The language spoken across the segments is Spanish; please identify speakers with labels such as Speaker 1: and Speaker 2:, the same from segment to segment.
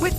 Speaker 1: With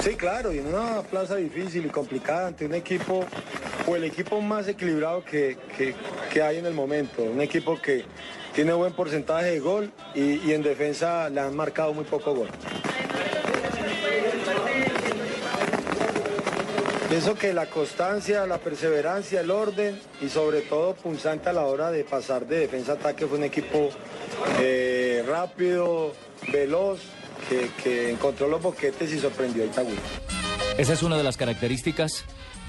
Speaker 2: Sí, claro, y en una plaza difícil y complicada ante un equipo o el equipo más equilibrado que, que- que hay en el momento. Un equipo que tiene buen porcentaje de gol y, y en defensa le han marcado muy poco gol. Pienso que la constancia, la perseverancia, el orden y sobre todo punzante a la hora de pasar de defensa a ataque fue un equipo eh, rápido, veloz, que, que encontró los boquetes y sorprendió a Itagüí.
Speaker 3: Esa es una de las características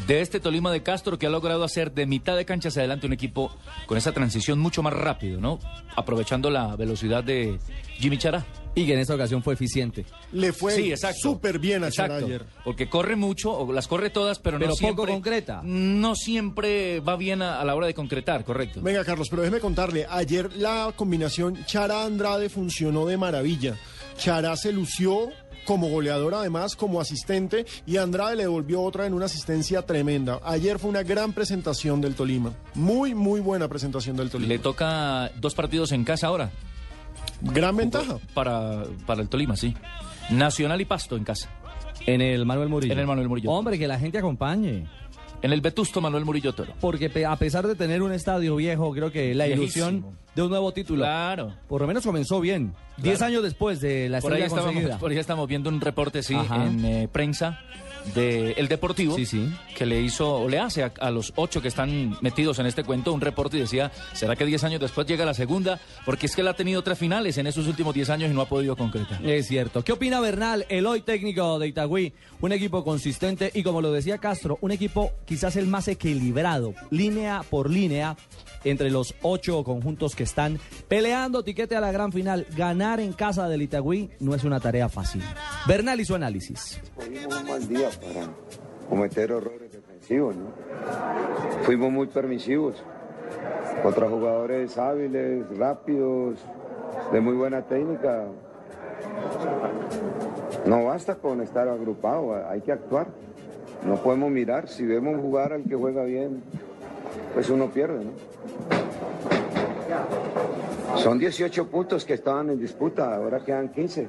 Speaker 3: de este Tolima de Castro que ha logrado hacer de mitad de cancha hacia adelante un equipo con esa transición mucho más rápido, ¿no? Aprovechando la velocidad de Jimmy Chará.
Speaker 4: Y que en esta ocasión fue eficiente.
Speaker 5: Le fue
Speaker 3: Sí, exacto.
Speaker 5: súper bien a Chará
Speaker 3: Exacto,
Speaker 5: ayer.
Speaker 3: Porque corre mucho, o las corre todas, pero,
Speaker 4: Pero
Speaker 3: no
Speaker 4: poco
Speaker 3: siempre.
Speaker 4: concreta.
Speaker 3: No siempre va bien a, a la hora de concretar, correcto.
Speaker 5: Venga, Carlos, pero déjeme contarle. Ayer la combinación Chara-Andrade funcionó de maravilla. Chara se lució como goleador, además, como asistente, y Andrade le devolvió otra en una asistencia tremenda. Ayer fue una gran presentación del Tolima. Muy, muy buena presentación del Tolima.
Speaker 3: Le toca dos partidos en casa ahora
Speaker 5: Gran ventaja.
Speaker 3: para, para el Tolima, sí. Nacional y Pasto en casa.
Speaker 4: En el Manuel Murillo.
Speaker 3: En el Manuel Murillo.
Speaker 4: Hombre, que la gente acompañe.
Speaker 3: En el Vetusto Manuel Murillo Toro.
Speaker 4: Porque pe- a pesar de tener un estadio viejo, creo que la
Speaker 3: Viejísimo.
Speaker 4: ilusión de un nuevo título.
Speaker 3: Claro.
Speaker 4: Por lo menos comenzó bien. Diez años después de la
Speaker 3: Por ahí,
Speaker 4: estrella
Speaker 3: estábamos,
Speaker 4: conseguida.
Speaker 3: por ahí estamos viendo un reporte, sí,
Speaker 4: Ajá.
Speaker 3: en eh, prensa de El Deportivo,
Speaker 4: Sí, sí.
Speaker 3: que le hizo, o le hace a, a los ocho que están metidos en este cuento un reporte y decía, ¿será que 10 años después llega la segunda? Porque es que él ha tenido tres finales en esos últimos 10 años y no ha podido concretar.
Speaker 4: Es cierto. ¿Qué opina Bernal, el hoy técnico de Itagüí? Un equipo consistente y como lo decía Castro, un equipo quizás el más equilibrado, línea por línea, entre los ocho conjuntos que están peleando tiquete a la gran final. Ganar en casa del Itagüí no es una tarea fácil. Bernal y su análisis.
Speaker 2: Tuvimos un mal día para cometer errores defensivos, ¿no? Fuimos muy permisivos contra jugadores hábiles, rápidos, de muy buena técnica. No basta con estar agrupado, hay que actuar. No podemos mirar, si vemos jugar al que juega bien, pues uno pierde, ¿no? Son 18 puntos que estaban en disputa, ahora quedan 15.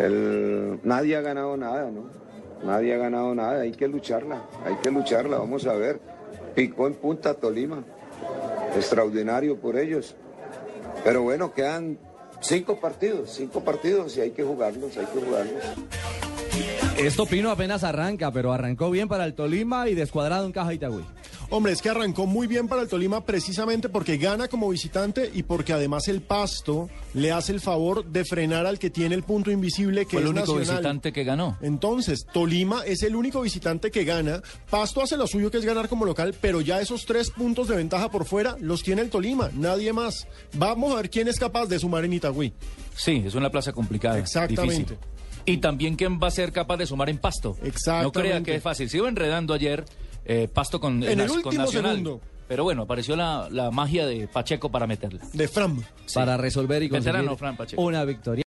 Speaker 2: El- nadie ha ganado nada, ¿no? Nadie ha ganado nada, hay que lucharla, hay que lucharla, vamos a ver. Picó en punta Tolima, extraordinario por ellos. Pero bueno, quedan cinco partidos, cinco partidos y hay que jugarlos, hay que jugarlos.
Speaker 4: Esto Pino apenas arranca, pero arrancó bien para el Tolima y descuadrado en caja Itagüí.
Speaker 5: Hombre, es que arrancó muy bien para el Tolima precisamente porque gana como visitante y porque además el Pasto le hace el favor de frenar al que tiene el punto invisible que
Speaker 3: Fue el
Speaker 5: es
Speaker 3: único
Speaker 5: Nacional.
Speaker 3: visitante que ganó.
Speaker 5: Entonces, Tolima es el único visitante que gana. Pasto hace lo suyo que es ganar como local, pero ya esos tres puntos de ventaja por fuera los tiene el Tolima, nadie más. Vamos a ver quién es capaz de sumar en Itagüí.
Speaker 3: Sí, es una plaza complicada.
Speaker 5: Exactamente.
Speaker 3: difícil. Y también quién va a ser capaz de sumar en pasto. No
Speaker 5: Exactamente.
Speaker 3: crea que es fácil. Se iba enredando ayer eh, pasto con,
Speaker 5: En
Speaker 3: nas-
Speaker 5: el
Speaker 3: con
Speaker 5: último
Speaker 3: Nacional.
Speaker 5: segundo.
Speaker 3: Pero bueno, apareció la, la magia de Pacheco para meterla.
Speaker 5: De Fram.
Speaker 4: Para resolver y conseguir
Speaker 3: Veterano Fran Pacheco.
Speaker 4: una victoria.